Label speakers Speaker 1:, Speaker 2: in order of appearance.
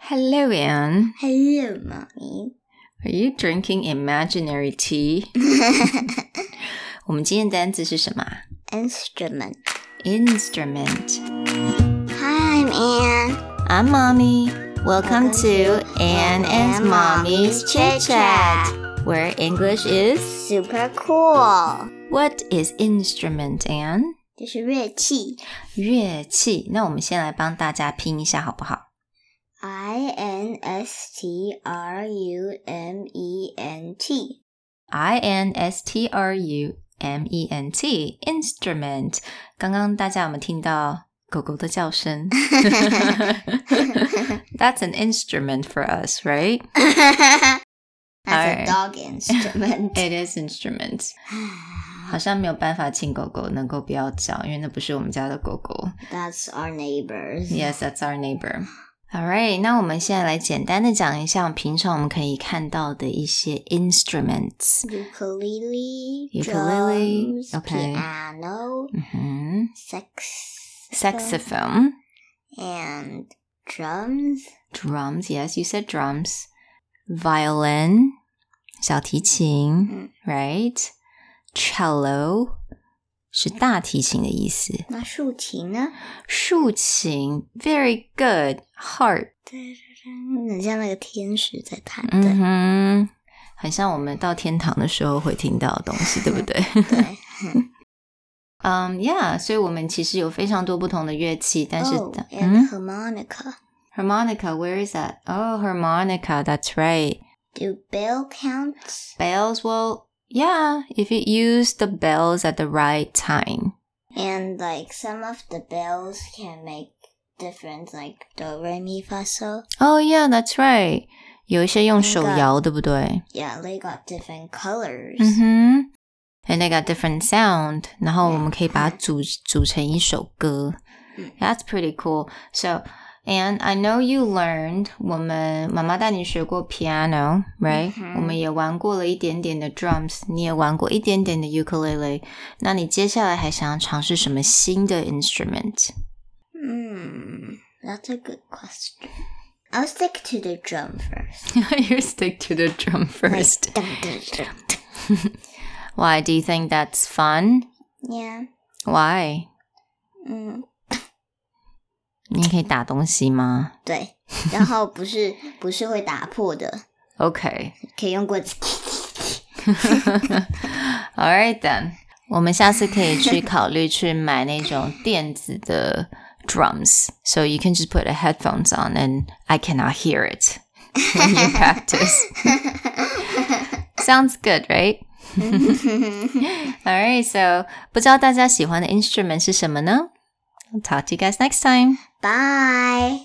Speaker 1: Hello, Anne.
Speaker 2: Hello, mommy.
Speaker 1: Are you drinking imaginary tea? 我们今天的单词是什么啊
Speaker 2: Instrument.
Speaker 1: ？Instrument.
Speaker 2: Hi, I'm Anne.
Speaker 1: I'm Mommy. Welcome to Anne and Mommy's Chit Chat, where English is.
Speaker 2: Super cool.
Speaker 1: What is instrument, Anne?
Speaker 2: 这是乐器。
Speaker 1: 乐器。那我们先来帮大家拼一下，好不好？
Speaker 2: I N S T R U M E N T.
Speaker 1: I N S T R U M E N T instrument。刚刚大家有没有听到狗狗的叫声 ？That's an instrument for us, right?
Speaker 2: That's
Speaker 1: Alright.
Speaker 2: a dog instrument.
Speaker 1: It is instrument。好像没有办法请狗狗能够不要叫，因为那不是我们家的狗狗。
Speaker 2: That's our neighbors.
Speaker 1: Yes, that's our neighbor. All right，那我们现在来简单的讲一下平常我们可以看到的一些 instruments。
Speaker 2: Ukulele,
Speaker 1: Ukulele,
Speaker 2: drums,
Speaker 1: okay.
Speaker 2: piano,
Speaker 1: 嗯哼
Speaker 2: sax,
Speaker 1: Mm-hmm. ，saxophone。
Speaker 2: um, and drums,
Speaker 1: drums. Yes, you said drums. Violin, 小提琴,
Speaker 2: 嗯。
Speaker 1: right? Cello 是大提琴的意思。
Speaker 2: 那竖琴呢？
Speaker 1: 竖琴, very good. Harp.
Speaker 2: 很像那个天使在弹的，
Speaker 1: 嗯哼，很像我们到天堂的时候会听到的东西，对不对？
Speaker 2: 对，
Speaker 1: 嗯、um,，Yeah，所以我们其实有非常多不同的乐器，但是、
Speaker 2: 哦
Speaker 1: 嗯
Speaker 2: Oh, ，and harmonica.
Speaker 1: ，harmonica，where is that？哦、h h a r m o n i c a t h a t s right。
Speaker 2: Do bell counts?
Speaker 1: bells well yeah if you use the bells at the right time
Speaker 2: And like some of the bells can make difference, like do re mi fa so.
Speaker 1: oh yeah that's right
Speaker 2: 应该。
Speaker 1: 有一些用手摇，对不对？
Speaker 2: Yeah, they got different colors.
Speaker 1: 嗯哼。And Mm-hmm. they got different sound. 然后我们可以把它组组成一首歌。That's pretty cool. So, and I know you learned 我们妈妈带你学过 piano, right?
Speaker 2: 嗯哼。
Speaker 1: 我们也玩过了一点点的 drums，你也玩过一点点的 ukulele。那你接下来还想要尝试什么新的 instrument？
Speaker 2: Hmm, that's a good question. I'll stick to the drum first.
Speaker 1: you stick to the drum first.
Speaker 2: Like, dun, dun, dun, dun.
Speaker 1: Why do you think that's fun?
Speaker 2: Yeah. Mm.
Speaker 1: Why?
Speaker 2: 嗯，
Speaker 1: 你可以打东西吗
Speaker 2: 对。然后不是 不是会打破的，
Speaker 1: ？Okay.
Speaker 2: 可以用棍子。
Speaker 1: All right then. 我们下次可以去考虑去买那种电子的 drums. So you can just put the headphones on and I cannot hear it when you practice. Sounds good, right? All right, so 不知道大家喜欢的 instrument 是什么呢？I'll talk to you guys next time.
Speaker 2: Bye.